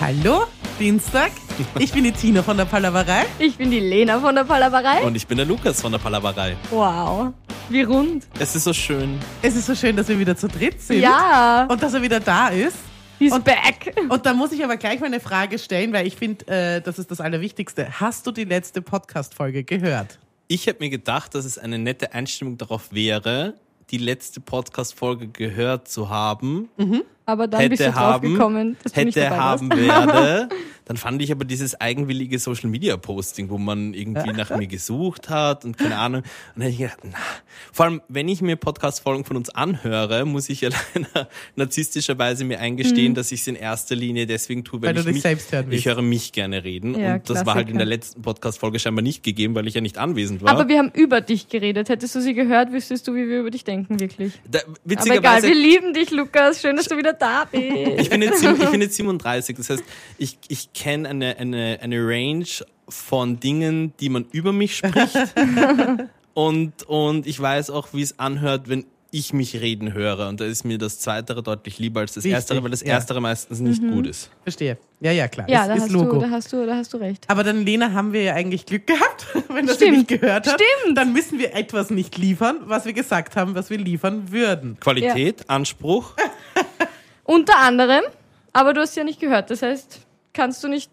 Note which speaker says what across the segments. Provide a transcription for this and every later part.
Speaker 1: Hallo, Dienstag. Ich bin die Tina von der Palaverei.
Speaker 2: Ich bin die Lena von der Palaverei.
Speaker 3: Und ich bin der Lukas von der Palaverei.
Speaker 2: Wow. Wie rund.
Speaker 3: Es ist so schön.
Speaker 1: Es ist so schön, dass wir wieder zu dritt sind.
Speaker 2: Ja.
Speaker 1: Und dass er wieder da ist.
Speaker 2: He's
Speaker 1: und-
Speaker 2: back.
Speaker 1: Und da muss ich aber gleich mal eine Frage stellen, weil ich finde, äh, das ist das Allerwichtigste. Hast du die letzte Podcast-Folge gehört?
Speaker 3: Ich hätte mir gedacht, dass es eine nette Einstimmung darauf wäre, die letzte Podcast-Folge gehört zu haben.
Speaker 2: Aber dann bist du
Speaker 3: hätte haben,
Speaker 2: draufgekommen, dass du nicht
Speaker 3: hätte
Speaker 2: dabei
Speaker 3: haben
Speaker 2: warst.
Speaker 3: werde. Dann fand ich aber dieses eigenwillige Social-Media-Posting, wo man irgendwie nach mir gesucht hat und keine Ahnung. Und dann habe ich gedacht, na. Vor allem, wenn ich mir Podcast-Folgen von uns anhöre, muss ich ja leider narzisstischerweise mir
Speaker 2: Mhm.
Speaker 3: eingestehen, dass ich es in erster Linie deswegen tue,
Speaker 1: Weil
Speaker 3: weil,
Speaker 1: du
Speaker 3: ich
Speaker 1: dich
Speaker 3: mich,
Speaker 1: selbst hören willst.
Speaker 3: ich höre mich gerne reden.
Speaker 2: Ja,
Speaker 3: und das war halt in
Speaker 2: Klassiker.
Speaker 3: der letzten Podcast-Folge scheinbar nicht gegeben, weil ich ja nicht anwesend war.
Speaker 2: Aber wir haben über dich geredet. Hättest du sie gehört, wüsstest du, wie wir über dich denken, wirklich.
Speaker 3: da,
Speaker 2: Aber egal,
Speaker 3: witzigerweise
Speaker 2: wir lieben dich, Lukas. Schön, dass du wieder da bist.
Speaker 3: Ich bin jetzt, sieben- ich bin jetzt 37, das heißt, ich, ich kenne eine, eine, eine Range von Dingen, die man über mich spricht. und, und ich weiß auch, wie es anhört, wenn ich mich reden höre. Und da ist mir das Zweitere deutlich lieber als das
Speaker 1: Wichtig,
Speaker 3: Erstere, weil das
Speaker 1: ja.
Speaker 3: Erstere meistens nicht
Speaker 2: Mhm.
Speaker 3: gut ist.
Speaker 1: Verstehe. Ja, ja, klar.
Speaker 2: ja,
Speaker 1: ist,
Speaker 2: da
Speaker 1: ist
Speaker 2: hast, du,
Speaker 1: Logo.
Speaker 2: da, hast du, da hast du recht.
Speaker 1: aber dann, Lena, haben wir ja eigentlich Glück gehabt, wenn das
Speaker 2: Stimmt.
Speaker 1: nicht gehört hat.
Speaker 2: Stimmt.
Speaker 1: Dann müssen wir etwas nicht liefern, was wir gesagt haben, was wir liefern würden.
Speaker 3: Qualität, Anspruch.
Speaker 2: Unter anderem, aber du hast ja nicht gehört. Das heißt, kannst du nicht,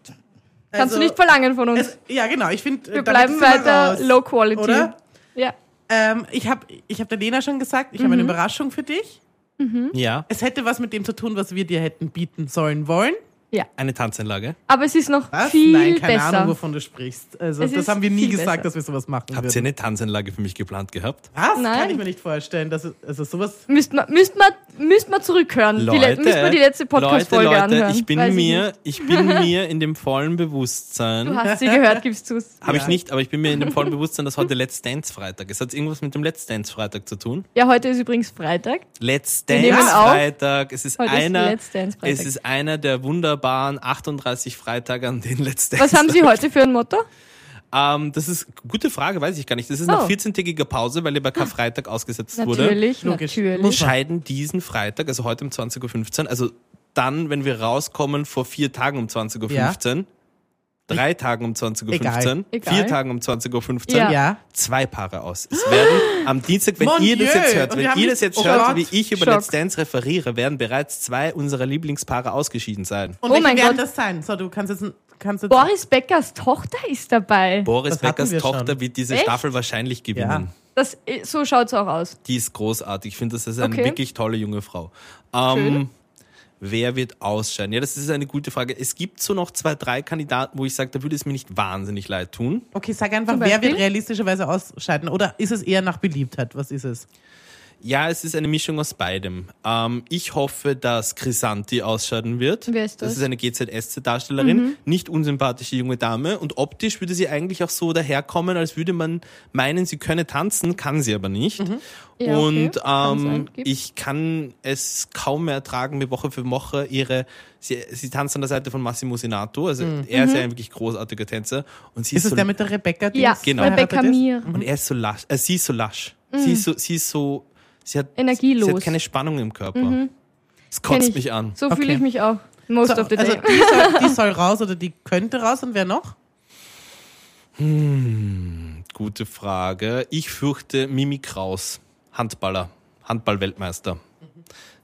Speaker 2: kannst
Speaker 1: Also,
Speaker 2: du nicht verlangen von uns.
Speaker 1: Es, ja, genau. Ich finde,
Speaker 2: wir bleiben weiter low quality.
Speaker 1: Oder?
Speaker 2: Ja.
Speaker 1: Ähm, ich habe ich hab der Lena schon gesagt, ich
Speaker 2: Mhm.
Speaker 1: habe eine Überraschung für dich.
Speaker 3: Ja.
Speaker 1: Es hätte was mit dem zu tun, was wir dir hätten bieten sollen wollen.
Speaker 3: Eine Tanzanlage.
Speaker 2: Aber es ist noch
Speaker 1: Was?
Speaker 2: viel
Speaker 1: Nein, keine
Speaker 2: besser.
Speaker 1: Ahnung, wovon du sprichst. Also,
Speaker 2: Es
Speaker 1: das
Speaker 2: ist
Speaker 1: haben wir nie
Speaker 2: viel
Speaker 1: gesagt,
Speaker 2: besser.
Speaker 1: dass wir sowas machen
Speaker 3: Habt ihr
Speaker 1: würden.
Speaker 3: eine Tanzanlage für mich geplant gehabt?
Speaker 1: Was? Kann
Speaker 2: Nein.
Speaker 1: ich mir nicht vorstellen. Dass, es- also sowas.
Speaker 2: Müsst man, müsst man, müsst man zurückhören. die, le- müsst man die letzte Podcast-Folge
Speaker 3: Leute, Leute,
Speaker 2: anhören.
Speaker 3: ich bin
Speaker 2: Weiß
Speaker 3: mir,
Speaker 2: nicht.
Speaker 3: ich, bin mir in dem vollen Bewusstsein.
Speaker 2: Du hast sie gehört, gibst du's.
Speaker 3: Habe
Speaker 1: Ja.
Speaker 3: ich nicht, aber ich bin mir in dem vollen Bewusstsein, dass heute Let's Dance Freitag ist. Hat irgendwas mit dem Let's Dance Freitag zu tun?
Speaker 2: Ja, heute ist übrigens Freitag.
Speaker 3: Let's
Speaker 2: Wir
Speaker 3: Dance
Speaker 2: nehmen auf.
Speaker 3: Freitag. Es ist
Speaker 2: Heute ist
Speaker 3: einer,
Speaker 2: Let's Dance Freitag.
Speaker 3: es ist einer der wunderbaren 38 Freitage, an denen Let's Dance.
Speaker 2: Was haben Sie heute für ein Motto?
Speaker 3: Ähm, das ist gute Frage, weiß ich gar nicht. Das ist
Speaker 2: Oh.
Speaker 3: nach 14-tägiger Pause, weil ihr bei Karfreitag ausgesetzt wurde.
Speaker 2: Natürlich,
Speaker 1: Logisch.
Speaker 2: natürlich.
Speaker 1: Muss-
Speaker 3: Entscheiden diesen Freitag, also heute um 20.15 Uhr, also dann, wenn wir rauskommen, vor vier Tagen um 20.15 Uhr, drei Tagen um 20.15 Uhr,
Speaker 2: Egal.
Speaker 3: vier Tagen um 20.15 Uhr,
Speaker 2: Ja.
Speaker 1: Ja.
Speaker 3: zwei Paare aus. Es werden am Dienstag, wenn
Speaker 1: Mon
Speaker 3: ihr das
Speaker 1: Dieu,
Speaker 3: jetzt hört,
Speaker 1: und wir
Speaker 3: wenn
Speaker 1: haben
Speaker 3: ihr
Speaker 1: nicht-
Speaker 3: das jetzt
Speaker 1: Oh
Speaker 3: hört,
Speaker 1: Gott,
Speaker 3: wie ich über
Speaker 2: Schock.
Speaker 3: Let's Dance referiere, werden bereits zwei unserer Lieblingspaare ausgeschieden sein.
Speaker 1: Und
Speaker 2: Oh
Speaker 1: welche
Speaker 2: mein
Speaker 1: werden
Speaker 2: Gott.
Speaker 1: das sein? So, du kannst jetzt. Kannst jetzt
Speaker 2: Boris Beckers Tochter ist dabei.
Speaker 3: Boris
Speaker 1: Das hatten
Speaker 3: Beckers
Speaker 1: wir schon.
Speaker 3: Tochter wird diese
Speaker 2: Echt?
Speaker 3: Staffel wahrscheinlich gewinnen.
Speaker 2: Das, eh, so schaut's auch aus.
Speaker 3: Die ist großartig. Ich finde, das ist eine
Speaker 2: Okay.
Speaker 3: wirklich tolle junge Frau. Ähm, wer wird ausscheiden? Ja, das ist eine gute Frage. Es gibt so noch zwei, drei Kandidaten, wo ich sage, da würde es mir nicht wahnsinnig leid tun.
Speaker 1: okay, sag einfach,
Speaker 2: Zum
Speaker 1: wer wird
Speaker 2: Beispiel?
Speaker 1: realistischerweise ausscheiden? Oder ist es eher nach Beliebtheit? Was ist es?
Speaker 3: Ja, es ist eine Mischung aus beidem. Ähm, ich hoffe, dass Chrisanti ausscheiden wird.
Speaker 2: Wer ist das? Mhm.
Speaker 3: Das ist eine GZSZ-Darstellerin, nicht unsympathische junge Dame. Und optisch würde sie eigentlich auch so daherkommen, als würde man meinen, sie könne tanzen, kann sie aber nicht.
Speaker 2: Mhm. Ja, okay.
Speaker 3: Und
Speaker 2: Kann
Speaker 3: ähm,
Speaker 2: sein, gibt.
Speaker 3: ich kann es kaum mehr ertragen, mir Woche für Woche ihre. Sie, sie tanzt an der Seite von Massimo Senato. Also
Speaker 2: Mhm.
Speaker 3: er ist ja ein wirklich großartiger Tänzer. Und sie
Speaker 1: Ist
Speaker 3: ist,
Speaker 1: es
Speaker 3: so
Speaker 1: der mit der Rebecca? die
Speaker 2: Ja,
Speaker 1: jetzt
Speaker 3: Genau.
Speaker 2: Rebecca
Speaker 1: verheiratet ist?
Speaker 2: Mir.
Speaker 3: und er ist so lasch. Äh, sie ist so lasch. Sie ist so, sie ist so, sie hat,
Speaker 2: Mhm. Energielos. Mhm.
Speaker 3: Sie hat keine Spannung im Körper. Es
Speaker 2: Kenn
Speaker 3: kotzt
Speaker 2: ich.
Speaker 3: mich an.
Speaker 2: So
Speaker 1: Okay.
Speaker 2: fühle ich mich auch. Most
Speaker 1: So,
Speaker 2: of the day.
Speaker 1: also die soll, die soll raus oder die könnte raus und wer noch?
Speaker 3: Gute Frage. Ich fürchte Mimi Kraus, Handballer, Handball-Weltmeister.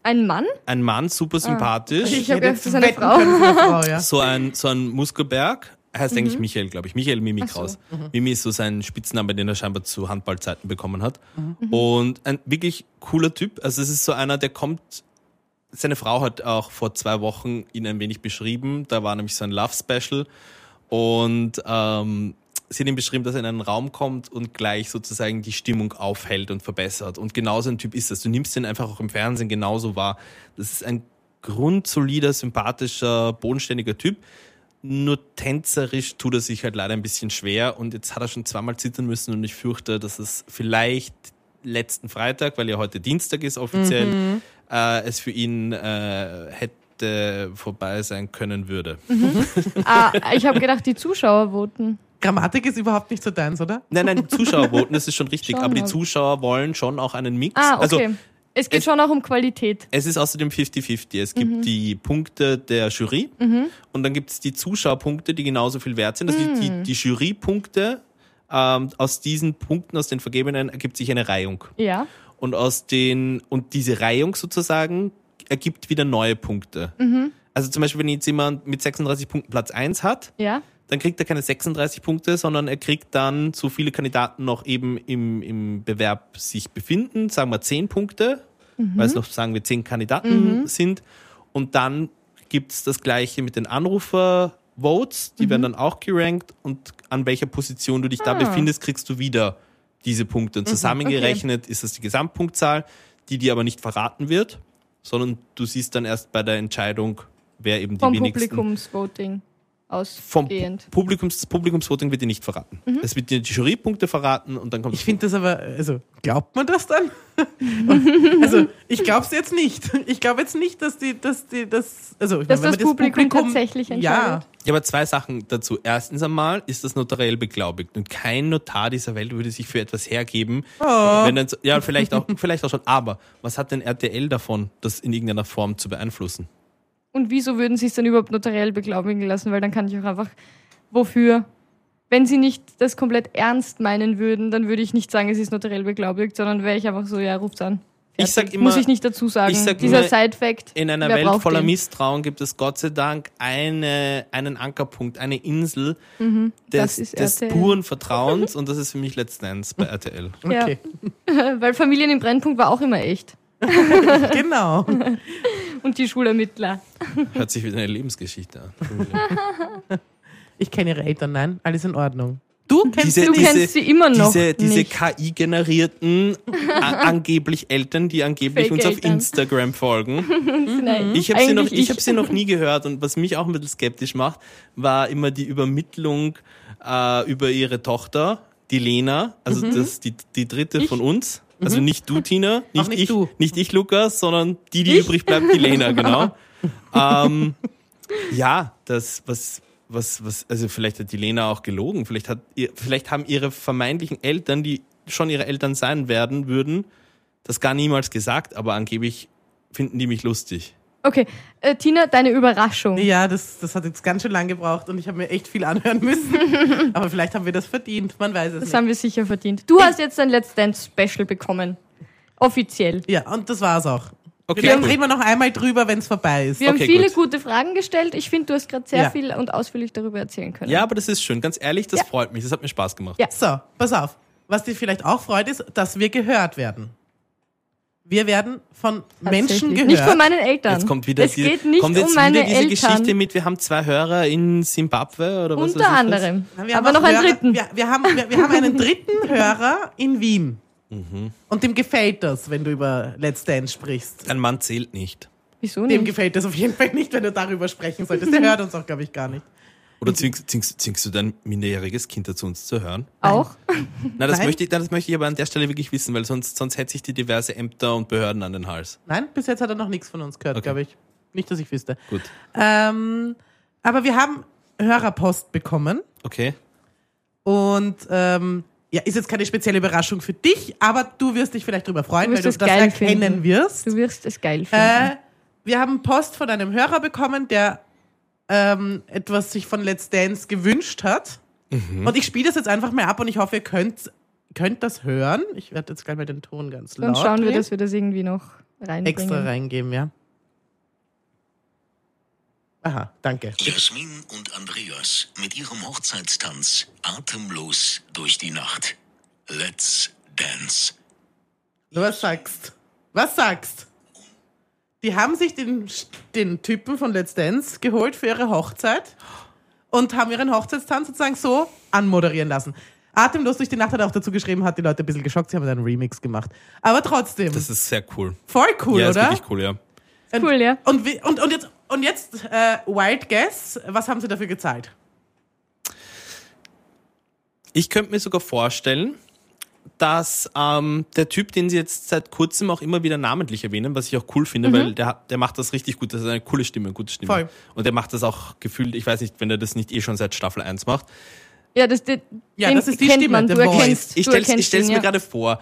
Speaker 2: ein Mann?
Speaker 3: Ein Mann,
Speaker 2: Ah.
Speaker 3: super sympathisch.
Speaker 2: Ich
Speaker 1: hätte
Speaker 2: habe gedacht, das ist eine
Speaker 1: wetten
Speaker 2: Frau.
Speaker 1: können, es ist eine Frau ja.
Speaker 3: So ein, so ein Muskelberg. Heißt eigentlich Michael, glaube ich. Michael Mimi
Speaker 2: so.
Speaker 3: Kraus. Mimi ist so sein Spitzname, den er scheinbar zu Handballzeiten bekommen hat. Und ein wirklich cooler Typ. Also es ist so einer, der kommt. Seine Frau hat auch vor zwei Wochen ihn ein wenig beschrieben. Da war nämlich so ein Love-Special. Und ähm, sie hat ihm beschrieben, dass er in einen Raum kommt und gleich sozusagen die Stimmung aufhält und verbessert. Und genau so ein Typ ist das. Du nimmst den einfach auch im Fernsehen genauso wahr. Das ist ein grundsolider, sympathischer, bodenständiger Typ. Nur tänzerisch tut er sich halt leider ein bisschen schwer. Und jetzt hat er schon zweimal zittern müssen und ich fürchte, dass es vielleicht letzten Freitag, weil ja heute Dienstag ist offiziell,
Speaker 2: Mhm.
Speaker 3: äh, es für ihn äh, hätte vorbei sein können würde.
Speaker 2: ah, ich habe gedacht, die Zuschauer voten.
Speaker 1: Grammatik ist überhaupt nicht so deins, oder?
Speaker 3: Nein, nein, die Zuschauer voten, das ist schon richtig.
Speaker 2: Schauen
Speaker 3: aber die
Speaker 2: wir.
Speaker 3: Zuschauer wollen schon auch einen Mix.
Speaker 2: Ah, okay.
Speaker 3: Also
Speaker 2: Es geht
Speaker 3: Es-
Speaker 2: schon auch um Qualität.
Speaker 3: Es ist außerdem 50-50. Es gibt die Punkte der Jury und dann gibt es die Zuschauerpunkte, die genauso viel wert sind. Also die, die, die Jurypunkte, ähm, aus diesen Punkten, aus den vergebenen, ergibt sich eine Reihung.
Speaker 2: Ja.
Speaker 3: Und aus den, und diese Reihung sozusagen ergibt wieder neue Punkte. Also zum Beispiel, wenn jetzt jemand mit 36 Punkten Platz 1 hat,
Speaker 2: Ja.
Speaker 3: dann kriegt er keine 36 Punkte, sondern er kriegt dann so viele Kandidaten noch eben im, im Bewerb sich befinden, sagen wir 10 Punkte,
Speaker 2: Mhm.
Speaker 3: weil es noch, sagen wir, 10 Kandidaten sind. Und dann gibt es das gleiche mit den Anrufer-Votes, die werden dann auch gerankt und an welcher Position du dich da
Speaker 2: Mhm. Ah. Mhm.
Speaker 3: befindest, kriegst du wieder diese Punkte. Und zusammengerechnet ist das die Gesamtpunktzahl, die dir aber nicht verraten wird, sondern du siehst dann erst bei der Entscheidung, wer eben die
Speaker 2: Vom
Speaker 3: wenigsten
Speaker 2: Publikumsvoting
Speaker 3: vom
Speaker 2: ausgehend.
Speaker 3: Pu- Publikums, das Publikumsvoting wird dir nicht verraten.
Speaker 2: Mhm.
Speaker 3: Es wird dir die Jurypunkte verraten und dann kommt
Speaker 1: Ich finde das aber, also glaubt man das dann? Und, also ich glaube es jetzt nicht. Ich glaube jetzt nicht, dass die, dass die, dass, also ich
Speaker 2: Dass
Speaker 1: wenn
Speaker 2: das
Speaker 1: man
Speaker 2: Publikum tatsächlich
Speaker 1: Ja,
Speaker 2: entscheidet.
Speaker 3: ja, aber zwei Sachen dazu. Erstens einmal ist das notariell beglaubigt und kein Notar dieser Welt würde sich für etwas hergeben.
Speaker 2: Ah.
Speaker 3: Wenn dann, so- ja, vielleicht auch, vielleicht auch schon. Aber was hat denn RTL davon, das in irgendeiner Form zu beeinflussen?
Speaker 2: Und wieso würden sie es dann überhaupt notariell beglaubigen lassen? Weil dann kann ich auch einfach, wofür? Wenn sie nicht das komplett ernst meinen würden, dann würde ich nicht sagen, es ist notariell beglaubigt, sondern wäre ich einfach so, ja, ruft's an.
Speaker 3: Ich sag
Speaker 2: Fertig.
Speaker 3: immer-
Speaker 2: Muss ich nicht dazu sagen.
Speaker 3: ich sag
Speaker 2: Dieser
Speaker 3: immer,
Speaker 2: Side-Fact.
Speaker 3: In einer
Speaker 2: wer
Speaker 3: Welt
Speaker 2: braucht
Speaker 3: voller
Speaker 2: den?
Speaker 3: Misstrauen gibt es Gott sei Dank eine, einen Ankerpunkt, eine Insel
Speaker 2: Mhm. das
Speaker 3: des,
Speaker 2: ist
Speaker 3: des
Speaker 2: RTL.
Speaker 3: puren Vertrauens und das ist für mich letzten Endes bei RTL.
Speaker 1: okay.
Speaker 2: Weil Familien im Brennpunkt war auch immer echt.
Speaker 1: Genau.
Speaker 2: Und die Schulermittler.
Speaker 3: Hört sich wieder eine Lebensgeschichte an.
Speaker 1: Ich kenne ihre Eltern, nein, alles in Ordnung. Du kennst
Speaker 3: Diese-
Speaker 2: Du
Speaker 3: Äh, diese-
Speaker 2: kennst sie immer noch.
Speaker 3: diese, diese
Speaker 2: nicht.
Speaker 3: KI-generierten, a- angeblich Eltern, die angeblich
Speaker 2: Fake
Speaker 3: uns
Speaker 2: Eltern.
Speaker 3: auf Instagram folgen.
Speaker 2: Nein,
Speaker 3: Ich habe sie, noch-
Speaker 2: Mhm. eigentlich
Speaker 3: ich hab sie noch nie gehört und was mich auch ein bisschen skeptisch macht, war immer die Übermittlung äh, über ihre Tochter, die Lena, also das, die, die dritte von uns. Also nicht du, Tina, nicht,
Speaker 1: nicht
Speaker 3: ich,
Speaker 1: du.
Speaker 3: nicht ich, Lukas, sondern die, die
Speaker 2: Ich?
Speaker 3: übrig bleibt, die Lena, genau. ähm, ja, das, was, was, was, also vielleicht hat die Lena auch gelogen. Vielleicht hat, ihr, vielleicht haben ihre vermeintlichen Eltern, die schon ihre Eltern sein werden würden, das gar niemals gesagt, aber angeblich finden die mich lustig.
Speaker 2: Okay, äh, Tina, deine Überraschung.
Speaker 1: Ja, das, das hat jetzt ganz schön lang gebraucht und ich habe mir echt viel anhören müssen. Aber vielleicht haben wir das verdient, man weiß es
Speaker 2: Das
Speaker 1: nicht.
Speaker 2: haben wir sicher verdient. Du hast jetzt ein Let's Dance Special bekommen. Offiziell.
Speaker 1: Ja, und das war's auch.
Speaker 3: Okay,
Speaker 1: Vielleicht
Speaker 3: cool.
Speaker 1: reden wir noch einmal drüber, wenn es vorbei ist.
Speaker 2: Wir haben
Speaker 3: Okay,
Speaker 2: viele
Speaker 3: gut.
Speaker 2: gute Fragen gestellt. Ich finde, du hast gerade sehr
Speaker 1: Ja.
Speaker 2: viel und ausführlich darüber erzählen können.
Speaker 3: Ja, aber das ist schön. Ganz ehrlich, das
Speaker 2: Ja.
Speaker 3: freut mich. Das hat mir Spaß gemacht.
Speaker 2: Ja.
Speaker 1: So, pass auf. Was dir vielleicht auch freut, ist, dass wir gehört werden. Wir werden von
Speaker 2: Tatsächlich.
Speaker 1: Menschen gehört.
Speaker 2: Nicht von meinen Eltern.
Speaker 3: Jetzt kommt wieder
Speaker 2: es
Speaker 3: diese,
Speaker 2: geht nicht
Speaker 3: kommt jetzt
Speaker 2: um meine
Speaker 3: wieder diese
Speaker 2: Eltern.
Speaker 3: Geschichte mit, wir haben zwei Hörer in Simbabwe oder was weiß ich
Speaker 2: unter
Speaker 3: was.
Speaker 2: anderem.
Speaker 1: Na, wir haben
Speaker 2: aber
Speaker 1: auch
Speaker 2: noch einen
Speaker 1: Hörer,
Speaker 2: dritten.
Speaker 1: Wir, wir, haben, wir, wir haben einen dritten Hörer in Wien. Und dem gefällt das, wenn du über Let's Dance sprichst.
Speaker 3: Ein Mann zählt nicht.
Speaker 2: Wieso
Speaker 1: Dem
Speaker 2: nicht?
Speaker 1: gefällt das auf jeden Fall nicht, wenn du darüber sprechen solltest. Der hört uns auch, glaube ich, gar nicht.
Speaker 2: Mhm.
Speaker 3: Oder zwingst, zwingst, zwingst du dein minderjähriges Kind dazu, uns zu hören?
Speaker 2: Auch?
Speaker 3: Na, das
Speaker 1: Nein.
Speaker 3: möchte, ich, das möchte ich aber an der Stelle wirklich wissen, weil sonst, sonst hätte sich die diverse Ämter und Behörden an den Hals.
Speaker 1: Nein, bis jetzt hat er noch nichts von uns gehört,
Speaker 3: Okay.
Speaker 1: glaube ich. Nicht, dass ich wüsste.
Speaker 3: Gut.
Speaker 1: Ähm, aber wir haben Hörerpost bekommen.
Speaker 3: Okay.
Speaker 1: Und ähm, ja, ist jetzt keine spezielle Überraschung für dich, aber du wirst dich vielleicht darüber freuen,
Speaker 2: Du
Speaker 1: weil
Speaker 2: wirst
Speaker 1: du
Speaker 2: es
Speaker 1: das
Speaker 2: geil
Speaker 1: erkennen
Speaker 2: finden.
Speaker 1: wirst.
Speaker 2: Du wirst es geil finden.
Speaker 1: Äh, wir haben Post von einem Hörer bekommen, der ähm, etwas sich von Let's Dance gewünscht hat. Und ich spiele das jetzt einfach mal ab und ich hoffe, ihr könnt, könnt das hören. Ich werde jetzt gleich mal den Ton ganz laut
Speaker 2: Dann schauen wir,
Speaker 1: drehen.
Speaker 2: dass wir das irgendwie noch reinbringen.
Speaker 1: extra reingeben, ja. Aha, danke.
Speaker 4: Jasmin und Andreas mit ihrem Hochzeitstanz atemlos durch die Nacht. Let's dance.
Speaker 1: Was sagst? Was sagst? Die haben sich den, den Typen von Let's Dance geholt für ihre Hochzeit und haben ihren Hochzeitstanz sozusagen so anmoderieren lassen. Atemlos durch die Nacht hat er auch dazu geschrieben, hat die Leute ein bisschen geschockt, sie haben einen Remix gemacht. Aber trotzdem,
Speaker 3: Das ist sehr cool.
Speaker 1: voll cool,
Speaker 3: ja, ist
Speaker 1: oder?
Speaker 3: wirklich cool, ja.
Speaker 1: Und-
Speaker 2: Cool, ja.
Speaker 1: Und, wie- und, und jetzt, und jetzt äh, Wild Guess, was haben sie dafür gezahlt?
Speaker 3: Ich könnte mir sogar vorstellen, dass ähm, der Typ, den sie jetzt seit kurzem auch immer wieder namentlich erwähnen, was ich auch cool finde, weil der, hat- der macht das richtig gut. Das ist eine coole Stimme, gute Stimme.
Speaker 1: Voll.
Speaker 3: Und der macht das auch gefühlt, ich weiß nicht, wenn er das nicht eh schon seit Staffel 1 macht.
Speaker 2: Ja, das, den,
Speaker 1: Ja,
Speaker 2: den
Speaker 1: das ist die
Speaker 2: kennt
Speaker 1: Stimme,
Speaker 2: man.
Speaker 1: The
Speaker 2: Du
Speaker 1: Voice.
Speaker 2: erkennst,
Speaker 3: Ich
Speaker 2: du
Speaker 3: stell's, ich
Speaker 2: erkennst
Speaker 3: stell's
Speaker 2: ihn,
Speaker 3: mir
Speaker 2: ja.
Speaker 3: gerade vor.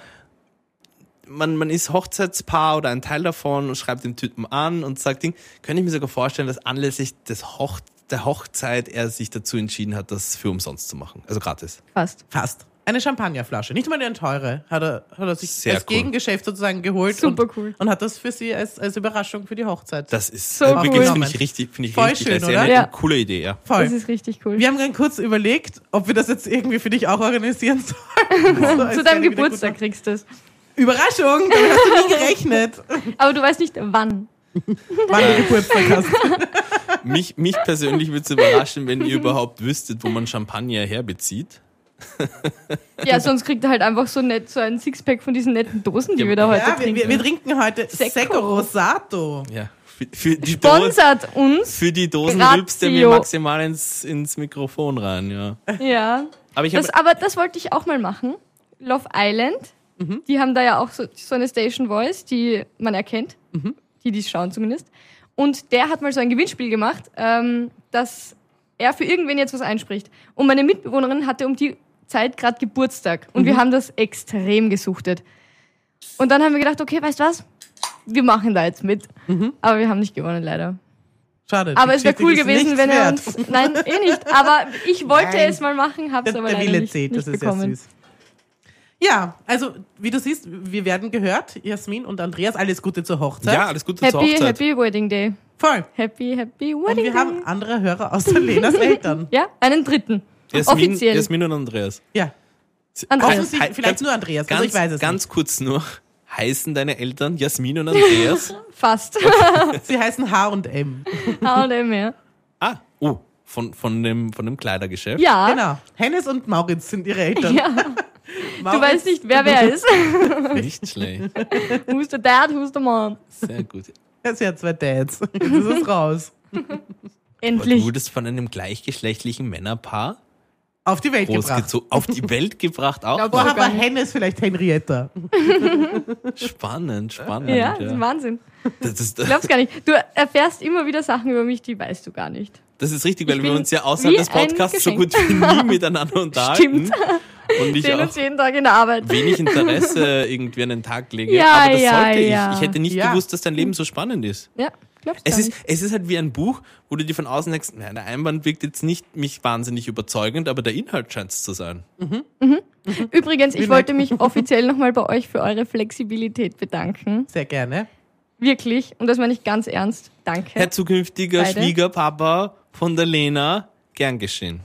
Speaker 3: man, man ist Hochzeitspaar oder ein Teil davon und schreibt den Typen an und sagt Ding, könnte ich mir sogar vorstellen, dass anlässlich des Hoch der Hochzeit er sich dazu entschieden hat, das für umsonst zu machen. Also gratis.
Speaker 2: Fast.
Speaker 1: Fast. Eine Champagnerflasche, nicht mal eine teure, hat er, hat er sich
Speaker 3: Sehr
Speaker 1: als
Speaker 3: cool.
Speaker 1: Gegengeschäft sozusagen geholt
Speaker 2: Super
Speaker 1: und,
Speaker 2: cool.
Speaker 1: und hat das für sie als, als Überraschung für die Hochzeit.
Speaker 3: Das ist
Speaker 2: So
Speaker 3: äh, wirklich,
Speaker 2: cool.
Speaker 3: finde ich richtig, finde ich
Speaker 1: Voll
Speaker 3: richtig
Speaker 1: schön,
Speaker 3: eine sehr
Speaker 1: oder?
Speaker 3: nette,
Speaker 2: Ja.
Speaker 3: coole Idee, ja.
Speaker 1: Voll.
Speaker 2: Das ist richtig cool.
Speaker 1: wir haben dann kurz überlegt, ob wir das jetzt irgendwie für dich auch organisieren sollen. So, als
Speaker 2: Zu
Speaker 1: kleine
Speaker 2: deinem Geburtstag
Speaker 1: Wiedergutmachung.
Speaker 2: kriegst du es.
Speaker 1: Überraschung, damit hast du nie gerechnet.
Speaker 2: Aber du weißt nicht, wann.
Speaker 1: Wann du Geburtstag hast.
Speaker 3: Mich, mich persönlich würde es überraschen, wenn ihr überhaupt wüsstet, wo man Champagner herbezieht.
Speaker 2: Ja, sonst kriegt er halt einfach so nett so ein Sixpack von diesen netten Dosen, die
Speaker 3: Ja,
Speaker 2: wir da heute
Speaker 1: Ja, wir,
Speaker 2: trinken.
Speaker 1: wir, wir trinken heute
Speaker 2: Secco.
Speaker 1: Secco Rosato.
Speaker 3: Ja. Für, für die Dosen,
Speaker 2: Sponsert uns.
Speaker 3: für die Dosen
Speaker 2: Ratio.
Speaker 3: rülpst er mir maximal ins, ins Mikrofon rein, ja.
Speaker 2: Ja.
Speaker 3: Aber ich habe
Speaker 2: Das, aber das wollte ich auch mal machen. Love Island. Die haben da ja auch so, so eine Station Voice, die man erkennt. Die dies schauen zumindest. Und der hat mal so ein Gewinnspiel gemacht, ähm, dass er für irgendwen jetzt was einspricht. Und meine Mitbewohnerin hatte um die Zeit gerade Geburtstag. Und wir haben das extrem gesuchtet. Und dann haben wir gedacht, okay, weißt du was? Wir machen da jetzt mit. Aber wir haben nicht gewonnen, leider.
Speaker 1: Schade. die
Speaker 2: Aber es wäre
Speaker 1: Geschichte
Speaker 2: cool
Speaker 1: ist
Speaker 2: gewesen,
Speaker 1: nichts
Speaker 2: wenn er
Speaker 1: wert.
Speaker 2: uns. Nein, eh nicht. Aber ich wollte
Speaker 1: Nein.
Speaker 2: es mal machen, hab's
Speaker 1: Der,
Speaker 2: aber
Speaker 1: der
Speaker 2: leider
Speaker 1: Wille
Speaker 2: nicht,
Speaker 1: zählt, das
Speaker 2: nicht
Speaker 1: ist
Speaker 2: bekommen.
Speaker 1: ja süß. Ja, also wie du siehst, wir werden gehört, Jasmin und Andreas, alles Gute zur Hochzeit.
Speaker 3: ja, alles Gute zur
Speaker 2: Happy,
Speaker 3: Hochzeit.
Speaker 2: happy Wedding Day.
Speaker 1: voll.
Speaker 2: Happy, happy
Speaker 1: Und
Speaker 2: Wedding
Speaker 1: wir haben
Speaker 2: Day.
Speaker 1: andere Hörer außer Lenas Eltern.
Speaker 2: Ja, einen dritten.
Speaker 3: Jasmin,
Speaker 2: Offiziell.
Speaker 3: Jasmin und Andreas.
Speaker 1: Ja,
Speaker 2: Andreas.
Speaker 1: offensichtlich,
Speaker 3: Hi-
Speaker 1: vielleicht
Speaker 3: ganz-
Speaker 1: nur Andreas,
Speaker 3: Ganz,
Speaker 1: also ich weiß es
Speaker 3: ganz kurz nur, heißen deine Eltern Jasmin und Andreas?
Speaker 2: Fast.
Speaker 1: nicht. Sie heißen H und M.
Speaker 2: H&M, ja.
Speaker 3: ah, oh, von, von, dem, von dem Kleidergeschäft.
Speaker 2: Ja.
Speaker 1: Genau. Hennes und Mauritz sind ihre Eltern.
Speaker 2: Ja, du
Speaker 1: Mauritz-
Speaker 2: weißt nicht, wer wer ist.
Speaker 3: Nicht schlecht.
Speaker 2: Who's the dad, who's the mom?
Speaker 3: Sehr gut.
Speaker 1: Sie hat zwei Dads. Jetzt ist es raus.
Speaker 3: Aber du
Speaker 2: Endlich.
Speaker 3: wurdest von einem gleichgeschlechtlichen Männerpaar
Speaker 1: Auf die Welt gebracht.
Speaker 3: großgezogen, auf die Welt gebracht. Auch
Speaker 2: Glaub-
Speaker 1: Boah, aber
Speaker 2: Sogar nicht.
Speaker 1: Hennes vielleicht Henrietta.
Speaker 3: spannend, spannend.
Speaker 2: Ja,
Speaker 3: Ja,
Speaker 2: das ist Wahnsinn.
Speaker 3: Das, ist,
Speaker 2: Glaub's gar nicht. Du erfährst immer wieder Sachen über mich, die weißt du gar nicht.
Speaker 3: das ist richtig,
Speaker 2: Ich
Speaker 3: weil wir
Speaker 2: bin
Speaker 3: uns ja außerhalb
Speaker 2: wie
Speaker 3: des Podcasts so
Speaker 2: ein
Speaker 3: gut wie nie miteinander unterhalten.
Speaker 2: Stimmt.
Speaker 3: Und ich
Speaker 2: Sehen
Speaker 3: auch
Speaker 2: uns jeden Tag in der Arbeit.
Speaker 3: wenig Interesse irgendwie an den Tag lege.
Speaker 2: Ja,
Speaker 3: aber das
Speaker 2: ja,
Speaker 3: sollte
Speaker 2: ja.
Speaker 3: ich. Ich hätte nicht
Speaker 1: Ja.
Speaker 3: gewusst, dass dein Leben so spannend ist.
Speaker 2: Ja, glaubst du
Speaker 3: Es
Speaker 2: gar
Speaker 3: ist,
Speaker 2: nicht.
Speaker 3: es ist halt wie ein Buch, wo du dir von außen denkst, na, der Einwand wirkt jetzt nicht mich wahnsinnig überzeugend, aber der Inhalt scheint es zu sein.
Speaker 2: Übrigens, ich
Speaker 1: Vielen
Speaker 2: wollte mich offiziell nochmal bei euch für eure Flexibilität bedanken.
Speaker 1: Sehr gerne.
Speaker 2: Wirklich. Und das meine ich ganz ernst. Danke.
Speaker 3: Herr zukünftiger
Speaker 2: Äh, Beide.
Speaker 3: Schwiegerpapa von der Lena, gern geschehen.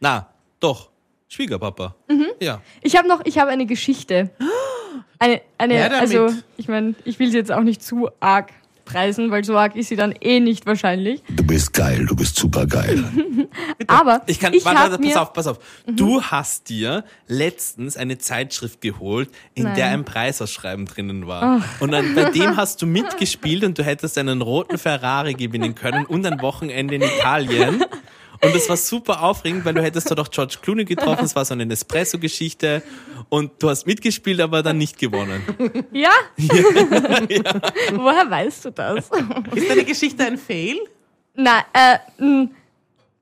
Speaker 3: na, doch, Schwiegerpapa.
Speaker 2: Mhm.
Speaker 3: Ja.
Speaker 2: Ich habe noch, ich habe eine Geschichte. Eine, eine,
Speaker 1: Her damit.
Speaker 2: also ich meine, ich will sie jetzt auch nicht zu arg preisen, weil so arg ist sie dann eh nicht wahrscheinlich.
Speaker 4: Du bist geil, du bist super geil.
Speaker 2: Aber
Speaker 3: Ich kann, warte,
Speaker 2: habe
Speaker 3: warte,
Speaker 2: mir, Mhm.
Speaker 3: pass auf, pass auf. Du hast dir letztens eine Zeitschrift geholt, in
Speaker 2: Nein. Oh.
Speaker 3: der ein Preisausschreiben drinnen war. Und dann, bei dem hast du mitgespielt und du hättest einen roten Ferrari gewinnen können und ein Wochenende in Italien. Und das war super aufregend, weil du hättest dort auch George Clooney getroffen. Es war so eine Nespresso-Geschichte. Und du hast mitgespielt, aber dann nicht gewonnen.
Speaker 2: ja? Woher weißt du das?
Speaker 1: Ist deine Geschichte ein Fail?
Speaker 2: Na, äh, mh,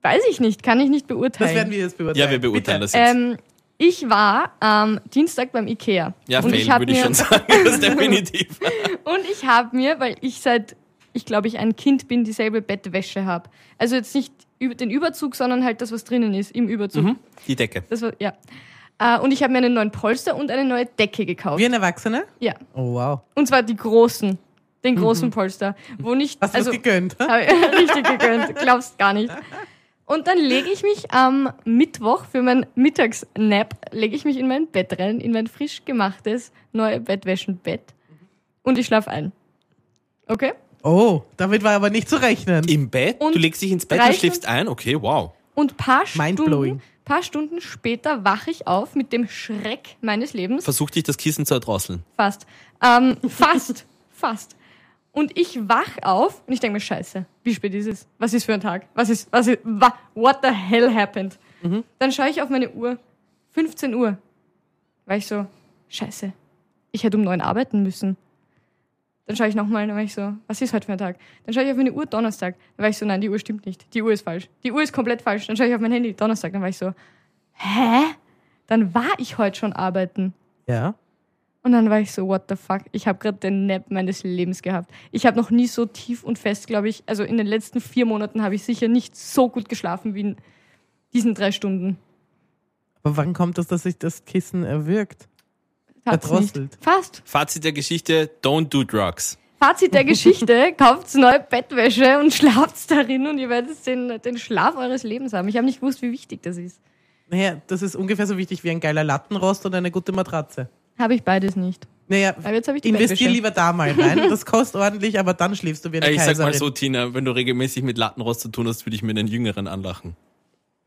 Speaker 2: weiß ich nicht, kann ich nicht beurteilen.
Speaker 1: Das werden wir jetzt beurteilen.
Speaker 3: Ja, wir beurteilen das jetzt.
Speaker 2: ähm, ich war am Dienstag beim Ikea.
Speaker 3: ja,
Speaker 2: und
Speaker 3: fail,
Speaker 2: hab
Speaker 3: würde ich
Speaker 2: mir-
Speaker 3: schon sagen. Das ist definitiv.
Speaker 2: Und ich habe mir, weil ich seit, ich glaube, ich ein Kind bin, dieselbe Bettwäsche habe. Also jetzt nicht über den Überzug, sondern halt das, was drinnen ist im Überzug.
Speaker 1: Mhm.
Speaker 3: Die Decke.
Speaker 2: Das war, ja. Äh, und ich habe mir einen neuen Polster und eine neue Decke gekauft.
Speaker 1: Wie ein Erwachsener?
Speaker 2: ja.
Speaker 1: Oh, wow.
Speaker 2: Und zwar die großen. Den großen Polster. Wo nicht.
Speaker 1: Mhm. Hast du
Speaker 2: also,
Speaker 1: das gegönnt? hä?
Speaker 2: hab ich richtig gegönnt. Glaubst gar nicht. Und dann lege ich mich am Mittwoch für mein Mittagsnap, lege ich mich in mein Bett rein, in mein frisch gemachtes neue Bettwäschenbett. Und ich schlafe ein. Okay?
Speaker 1: Oh, damit war aber nicht zu rechnen.
Speaker 3: Im Bett?
Speaker 2: Und
Speaker 3: du legst dich ins Bett und
Speaker 2: drei
Speaker 3: schläfst ein? Okay, wow.
Speaker 2: Und paar
Speaker 1: Mindblowing.
Speaker 2: Stunden, paar Stunden später wache ich auf mit dem Schreck meines Lebens.
Speaker 3: Versuch dich das Kissen zu erdrosseln.
Speaker 2: Fast. Ähm, fast. fast. Und ich wach auf und ich denke mir, scheiße, wie spät ist es? Was ist für ein Tag? Was ist, was ist, wa, what the hell happened? Dann schaue ich auf meine Uhr. 15 Uhr. War ich so, scheiße, ich hätte um neun arbeiten müssen. Dann schaue ich nochmal, dann war ich so, was ist heute für ein Tag? Dann schaue ich auf meine Uhr, Donnerstag. Dann war ich so, nein, die Uhr stimmt nicht. Die Uhr ist falsch. Die Uhr ist komplett falsch. Dann schaue ich auf mein Handy, Donnerstag. Dann war ich so, hä? Dann war ich heute schon arbeiten.
Speaker 1: Ja.
Speaker 2: Und dann war ich so, what the fuck? Ich habe gerade den Nap meines Lebens gehabt. Ich habe noch nie so tief und fest, glaube ich, also in den letzten vier Monaten habe ich sicher nicht so gut geschlafen wie in diesen drei Stunden.
Speaker 1: Aber wann kommt das, dass sich das Kissen erwirkt?
Speaker 2: Hat's
Speaker 1: Verdrosselt.
Speaker 2: nicht. Fast.
Speaker 3: Fazit der Geschichte, don't do drugs.
Speaker 2: Fazit der Geschichte, kauft neue Bettwäsche und schlaft darin und ihr werdet den, den Schlaf eures Lebens haben. Ich habe nicht gewusst, wie wichtig das ist.
Speaker 1: Naja, das ist ungefähr so wichtig wie ein geiler Lattenrost und eine gute Matratze.
Speaker 2: Habe ich beides nicht.
Speaker 1: Naja,
Speaker 2: Aber jetzt habe ich die
Speaker 1: investier
Speaker 2: Bettwäsche.
Speaker 1: lieber da mal rein. Das kostet ordentlich, aber dann schläfst du wie eine
Speaker 3: Ey, ich sag
Speaker 1: Kaiserin.
Speaker 3: mal so, Tina, wenn du regelmäßig mit Lattenrost zu tun hast, würde ich mir den Jüngeren anlachen.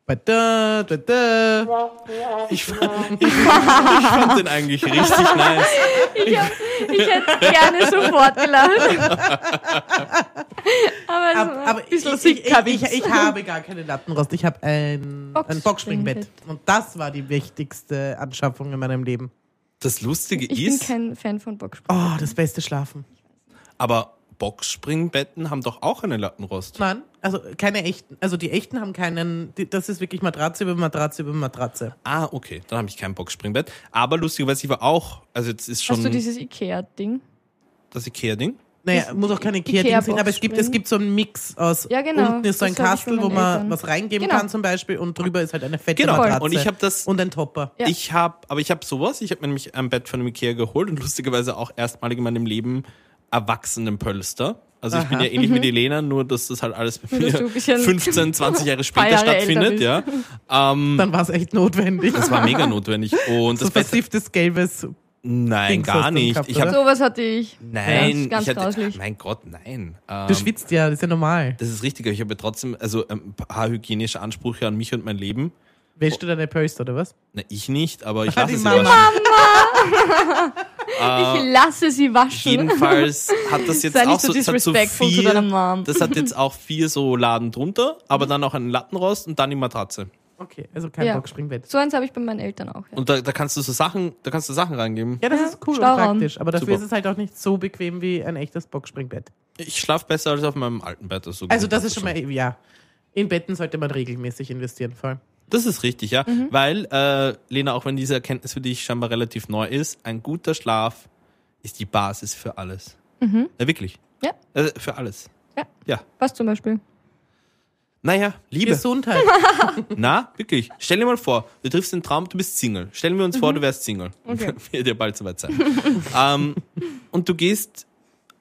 Speaker 1: Ba-da, ba-da.
Speaker 3: Ich fand, ich, fand den eigentlich richtig nice.
Speaker 2: Ich, hab, ich hätte gerne sofort gelacht. aber,
Speaker 1: Ab-
Speaker 2: so ein
Speaker 1: Aber ich,
Speaker 2: bisschen
Speaker 1: ich, ich,
Speaker 2: sick hab
Speaker 1: ich, ich habe gar keinen Lattenrost. Ich habe ein, ein
Speaker 2: Boxspringbett.
Speaker 1: Boxspringbett. Und das war die wichtigste Anschaffung in meinem Leben.
Speaker 3: Das Lustige
Speaker 2: Ich bin
Speaker 3: ist,
Speaker 2: kein Fan von Boxspringen.
Speaker 1: Oh, das beste Schlafen.
Speaker 3: aber Boxspringbetten haben doch auch einen Lattenrost.
Speaker 1: Nein, also keine echten. Also die echten haben keinen. Die, das ist wirklich Matratze über Matratze über Matratze.
Speaker 3: Ah, okay, dann habe ich kein Boxspringbett. Aber lustigerweise, ich war auch, also jetzt ist
Speaker 2: Hast du
Speaker 3: schon
Speaker 2: dieses Ikea-Ding?
Speaker 3: das Ikea-Ding.
Speaker 1: Naja,
Speaker 2: Das-
Speaker 1: muss auch keine
Speaker 2: Ikea
Speaker 1: Ikea-Ding sein, aber es gibt, es
Speaker 2: Boxspring.
Speaker 1: gibt so einen Mix aus.
Speaker 2: Ja, genau,
Speaker 1: Unten ist so
Speaker 2: das
Speaker 1: ein
Speaker 2: hab ich
Speaker 1: Kastel,
Speaker 2: von
Speaker 1: wo
Speaker 2: meinen
Speaker 1: man
Speaker 2: Eltern.
Speaker 1: was reingeben
Speaker 2: Genau.
Speaker 1: kann zum Beispiel und drüber ist halt eine fette
Speaker 3: Genau,
Speaker 1: Matratze.
Speaker 3: und ich habe das
Speaker 1: und ein Topper.
Speaker 2: Ja.
Speaker 3: Ich habe, aber ich habe sowas. Ich habe mir nämlich ein Bett von einem Ikea geholt und lustigerweise auch erstmalig in meinem Leben erwachsenen Pölster. Also ich bin
Speaker 1: Aha.
Speaker 3: ja ähnlich wie die Lena, nur dass das halt alles bei
Speaker 2: Mhm. Nur, dass
Speaker 3: mir
Speaker 2: du ein bisschen
Speaker 3: 15, 20 Jahre später
Speaker 2: Jahre
Speaker 3: stattfindet.
Speaker 2: älter
Speaker 3: Ja, ähm,
Speaker 1: Dann war es echt notwendig.
Speaker 3: das war mega notwendig. Und
Speaker 1: so
Speaker 3: das Bett,
Speaker 1: versifftes gelbes.
Speaker 3: nein,
Speaker 1: Dings hast
Speaker 3: gar
Speaker 1: du
Speaker 3: nicht.
Speaker 1: gehabt,
Speaker 3: ich habe
Speaker 1: oder?
Speaker 2: Sowas hatte ich.
Speaker 3: nein,
Speaker 2: Ja, ganz
Speaker 3: ich hatte,
Speaker 2: grauslich.
Speaker 3: mein Gott, nein.
Speaker 1: Du
Speaker 3: Ähm,
Speaker 1: schwitzt ja, das ist ja normal.
Speaker 3: das ist richtig. aber Ich habe ja trotzdem also ein paar hygienische Ansprüche an mich und mein Leben.
Speaker 1: Wäschst du deine Pöster oder was?
Speaker 3: Na, ich nicht, aber ich
Speaker 1: Ah,
Speaker 3: lasse Ähm,
Speaker 1: die
Speaker 3: es
Speaker 1: Mama.
Speaker 3: waschen.
Speaker 2: Ich lasse sie waschen.
Speaker 3: Jedenfalls hat das jetzt
Speaker 2: Sei nicht
Speaker 3: auch
Speaker 2: so
Speaker 3: so, das hat so
Speaker 2: disrespectful zu
Speaker 3: vier,
Speaker 2: deiner Mom.
Speaker 3: das hat jetzt auch vier so Laden drunter, aber dann auch einen Lattenrost und dann die Matratze.
Speaker 1: Okay, also kein
Speaker 2: Ja.
Speaker 1: Boxspringbett.
Speaker 2: So eins habe ich bei meinen Eltern auch. Ja.
Speaker 3: Und da, da kannst du so Sachen, da kannst du Sachen reingeben.
Speaker 1: Ja, das ist cool und
Speaker 2: Stauraum.
Speaker 1: praktisch, aber dafür
Speaker 3: Super.
Speaker 1: ist es halt auch nicht so bequem wie ein echtes Boxspringbett.
Speaker 3: Ich schlafe besser als auf meinem alten Bett. Also,
Speaker 1: Also das ist schon mal, ja. In Betten sollte man regelmäßig investieren, voll.
Speaker 3: Das ist richtig, ja.
Speaker 2: Mhm.
Speaker 3: Weil, äh, Lena, auch wenn diese Erkenntnis für dich scheinbar relativ neu ist, ein guter Schlaf ist die Basis für alles. Ja, wirklich.
Speaker 2: Mhm. Ja.
Speaker 3: Äh, für alles.
Speaker 2: Ja.
Speaker 3: Ja.
Speaker 2: Was zum Beispiel?
Speaker 3: Naja, Liebe.
Speaker 1: Gesundheit.
Speaker 3: Na, wirklich. Stell dir mal vor, du triffst den Traum, du bist Single. Stellen wir uns vor, du wärst Single.
Speaker 2: Mhm. Okay.
Speaker 3: Wird ja bald soweit sein. ähm, und du gehst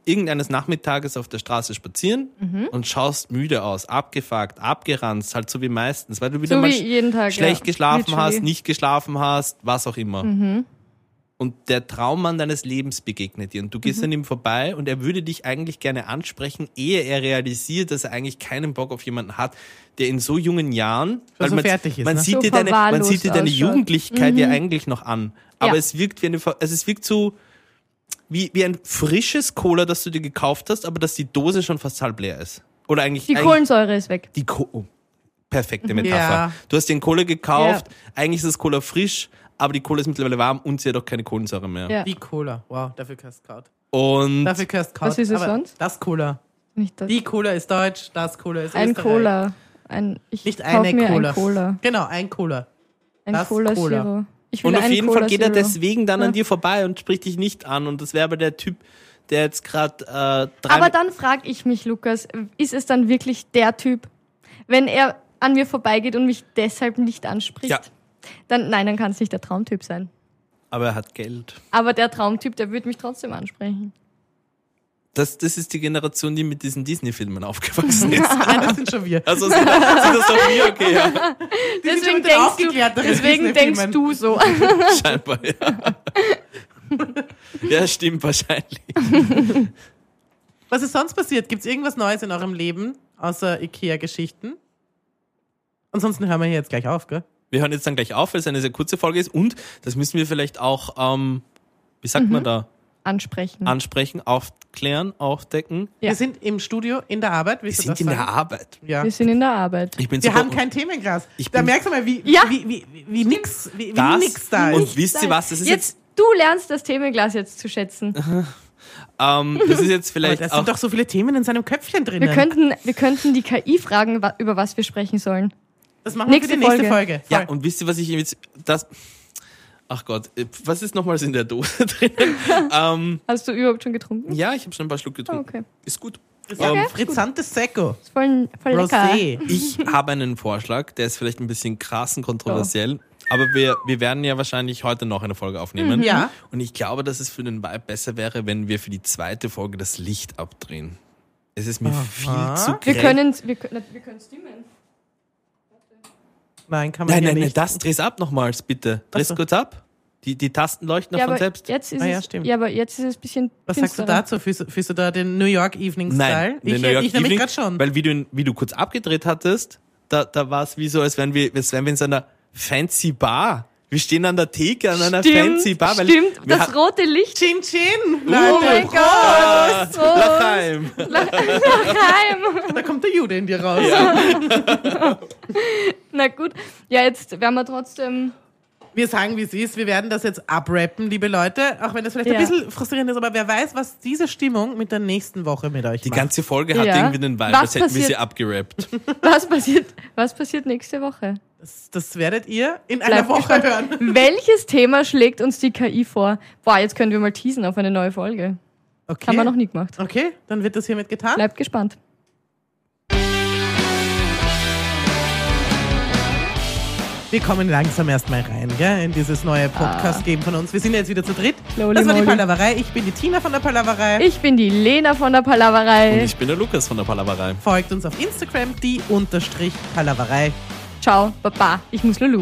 Speaker 3: irgendeines Nachmittages auf der Straße spazieren
Speaker 2: Mhm.
Speaker 3: und schaust müde aus, abgefuckt, abgeranzt, halt so wie meistens, weil du wieder
Speaker 2: So
Speaker 3: mal
Speaker 2: wie
Speaker 3: sch-
Speaker 2: jeden Tag.
Speaker 3: schlecht
Speaker 2: ja.
Speaker 3: geschlafen
Speaker 2: Literally.
Speaker 3: hast, nicht geschlafen hast, was auch immer. Und der Traummann deines Lebens begegnet dir und du
Speaker 2: Mhm.
Speaker 3: gehst an ihm vorbei und er würde dich eigentlich gerne ansprechen, ehe er realisiert, dass er eigentlich keinen Bock auf jemanden hat, der in so jungen Jahren,
Speaker 1: so
Speaker 3: man,
Speaker 1: fertig ist,
Speaker 3: man,
Speaker 1: ne?
Speaker 3: sieht
Speaker 2: So
Speaker 3: dir deine, man
Speaker 2: verwahrlost
Speaker 3: sieht dir deine
Speaker 2: ausschaut. Mhm.
Speaker 3: Jugendlichkeit ja eigentlich noch an, aber
Speaker 2: Ja.
Speaker 3: es wirkt wie eine, Ver- also es wirkt so wie, wie ein frisches Cola, das du dir gekauft hast, aber dass die Dose schon fast halb leer ist. Oder eigentlich
Speaker 2: Die
Speaker 3: eigentlich-
Speaker 2: Kohlensäure ist weg.
Speaker 3: die Co oh, perfekte
Speaker 2: Mhm.
Speaker 3: Metapher.
Speaker 1: Ja.
Speaker 3: Du hast den Cola gekauft, eigentlich ist das Cola frisch, aber die Cola ist mittlerweile warm und sie hat auch keine Kohlensäure mehr.
Speaker 2: Ja.
Speaker 1: Die Cola. Wow, dafür kannst du kaut.
Speaker 3: Und
Speaker 1: Dafür kannst du kaut.
Speaker 2: Was ist es
Speaker 1: aber
Speaker 2: sonst?
Speaker 1: Das Cola.
Speaker 2: Nicht das.
Speaker 1: Die Cola ist deutsch, das Cola ist
Speaker 2: ein
Speaker 1: Österreich.
Speaker 2: Cola. Ein, ich
Speaker 1: Nicht
Speaker 2: kauf
Speaker 1: eine
Speaker 2: mir
Speaker 1: Cola.
Speaker 2: ein Cola.
Speaker 1: Genau, ein Cola.
Speaker 2: Ein
Speaker 1: Das
Speaker 2: Cola,
Speaker 1: Cola.
Speaker 2: Zero. Ich will
Speaker 3: und auf
Speaker 2: ein
Speaker 3: jeden
Speaker 2: Cola
Speaker 3: Fall geht er
Speaker 2: Zero.
Speaker 3: deswegen dann an dir vorbei und spricht dich nicht an. Und das wäre aber der Typ, der jetzt gerade äh, drei.
Speaker 2: Aber dann frage ich mich, Lukas, ist es dann wirklich der Typ, wenn er an mir vorbeigeht und mich deshalb nicht anspricht?
Speaker 3: Ja.
Speaker 2: Dann, nein, dann kann es nicht der Traumtyp sein.
Speaker 3: aber er hat Geld.
Speaker 2: Aber der Traumtyp, der würde mich trotzdem ansprechen.
Speaker 3: Das, das ist die Generation, die mit diesen Disney-Filmen aufgewachsen ist.
Speaker 1: Nein, das sind schon wir.
Speaker 3: Also sind das, sind das doch wir, okay, ja,
Speaker 1: Die sind schon
Speaker 2: deswegen
Speaker 1: mit den
Speaker 2: denkst, du,
Speaker 1: aufgeklärteren
Speaker 2: deswegen denkst
Speaker 1: Disney-Filmen.
Speaker 2: du so.
Speaker 3: scheinbar, ja. Ja, stimmt wahrscheinlich.
Speaker 1: Was ist sonst passiert? Gibt es irgendwas Neues in eurem Leben außer Ikea-Geschichten? Ansonsten hören wir hier jetzt gleich auf, gell?
Speaker 3: Wir hören jetzt dann gleich auf, weil es eine sehr kurze Folge ist. Und das müssen wir vielleicht auch, ähm, wie sagt
Speaker 1: Mhm.
Speaker 3: man da,
Speaker 2: Ansprechen.
Speaker 3: ansprechen, aufklären, aufdecken.
Speaker 2: Ja.
Speaker 1: Wir sind im Studio, in der Arbeit. Wie
Speaker 3: Wir sind in der Arbeit.
Speaker 1: Ja.
Speaker 2: Wir sind in der Arbeit.
Speaker 3: Ich bin
Speaker 1: Wir
Speaker 3: super-
Speaker 1: haben kein Themenglas.
Speaker 3: Ich
Speaker 1: da
Speaker 3: bin-
Speaker 1: merkst du mal, wie,
Speaker 2: Ja.
Speaker 1: wie, wie, wie, wie nix, wie, wie
Speaker 3: das
Speaker 1: nix da ist.
Speaker 3: Und wisst ihr was? Das ist jetzt,
Speaker 2: Jetzt, du lernst das Themenglas jetzt zu schätzen.
Speaker 3: ähm, das ist jetzt
Speaker 1: Aber
Speaker 3: vielleicht
Speaker 1: da
Speaker 3: auch.
Speaker 1: sind doch so viele Themen in seinem Köpfchen drin.
Speaker 2: Wir könnten, wir könnten die KI fragen, wa- über was wir sprechen sollen.
Speaker 1: das machen wir für die
Speaker 2: nächste
Speaker 1: nächste Folge.
Speaker 2: Folge.
Speaker 1: Voll.
Speaker 3: ja, und wisst ihr, was ich jetzt das Ach Gott, äh, was ist nochmals in der Dose drin? ähm,
Speaker 2: Hast du überhaupt schon getrunken?
Speaker 3: ja, ich habe schon ein paar Schluck
Speaker 2: Ah,
Speaker 3: getrunken.
Speaker 2: okay.
Speaker 3: Ist gut.
Speaker 1: Das ist
Speaker 3: Ähm,
Speaker 1: ein frizzantes Secco.
Speaker 2: Ist voll, voll lecker.
Speaker 1: Rosé.
Speaker 3: Ich habe einen Vorschlag, der ist vielleicht ein bisschen krass und kontroversiell, aber wir, wir werden ja wahrscheinlich heute noch eine Folge aufnehmen.
Speaker 1: Mhm, Ja.
Speaker 3: Und ich glaube, dass es für den Vibe besser wäre, wenn wir für die zweite Folge das Licht abdrehen. Es ist mir viel zu
Speaker 2: Wir
Speaker 3: grell.
Speaker 2: können wir, können- wir können stimmen.
Speaker 1: Nein, kann man
Speaker 3: Nein,
Speaker 1: ja
Speaker 3: nein, nein,
Speaker 1: nicht.
Speaker 3: das dreh's ab nochmals, bitte. Dreh's
Speaker 1: so.
Speaker 3: kurz ab. Die, die Tasten leuchten
Speaker 2: ja,
Speaker 3: auch von
Speaker 2: aber
Speaker 3: selbst.
Speaker 2: jetzt ist
Speaker 1: Ah, ja,
Speaker 2: es,
Speaker 1: stimmt.
Speaker 2: ja, aber jetzt ist es ein bisschen
Speaker 1: Was sagst du
Speaker 2: finsterer.
Speaker 1: dazu? Fühlst, du- fühlst du da den New York Evening Style?
Speaker 3: Nein,
Speaker 1: ich
Speaker 3: den New York
Speaker 1: ich nämlich
Speaker 3: Evening,
Speaker 1: gerade schon.
Speaker 3: Weil wie du, wie du kurz abgedreht hattest, da, da war es wie so, als wären wir, als wären wir in so einer fancy Bar. Wir stehen an der Theke, an einer
Speaker 2: Stimmt,
Speaker 3: fancy Bar. Weil
Speaker 2: stimmt,
Speaker 3: wir
Speaker 2: das
Speaker 3: ha- Ah.
Speaker 2: rote Licht.
Speaker 1: Chin Chin,
Speaker 2: Oh mein
Speaker 1: Leute.
Speaker 2: Gott, Prost.
Speaker 3: Lachheim.
Speaker 2: Oh. Geheim.
Speaker 1: da kommt der Jude in dir raus.
Speaker 2: Na gut, ja, jetzt werden wir trotzdem.
Speaker 1: Wir sagen, wie es ist. Wir werden das jetzt abrappen, liebe Leute. Auch wenn das vielleicht
Speaker 2: Ja.
Speaker 1: ein bisschen frustrierend ist, aber wer weiß, was diese Stimmung mit der nächsten Woche mit euch
Speaker 3: Die
Speaker 1: macht.
Speaker 3: ganze Folge hat
Speaker 2: Ja.
Speaker 3: irgendwie den Vibe,
Speaker 2: Was
Speaker 3: als hätten wir
Speaker 2: passiert-
Speaker 3: sie abgerappt.
Speaker 2: Was passiert, was passiert nächste Woche?
Speaker 1: Das, das werdet ihr in
Speaker 2: Bleibt
Speaker 1: einer Woche hören.
Speaker 2: Welches Thema schlägt uns die KI vor? Boah, jetzt können wir mal teasen auf eine neue Folge.
Speaker 1: Okay.
Speaker 2: Haben wir noch nie gemacht.
Speaker 1: Okay, dann wird das hiermit getan.
Speaker 2: Bleibt gespannt.
Speaker 1: Wir kommen langsam erstmal rein, gell, in dieses neue Podcast-Game von uns. Wir sind ja jetzt wieder zu dritt.
Speaker 2: Ah. Slowly
Speaker 1: das war die
Speaker 2: moly.
Speaker 1: Palaverei. Ich bin die Tina von der Palaverei.
Speaker 2: Ich bin die Lena von der
Speaker 3: Und
Speaker 2: Palaverei.
Speaker 3: ich bin der Lukas von der Palaverei.
Speaker 1: Folgt uns auf Instagram, die unterstrich Palaverei.
Speaker 2: Ciao, Baba. Ich muss Lulu.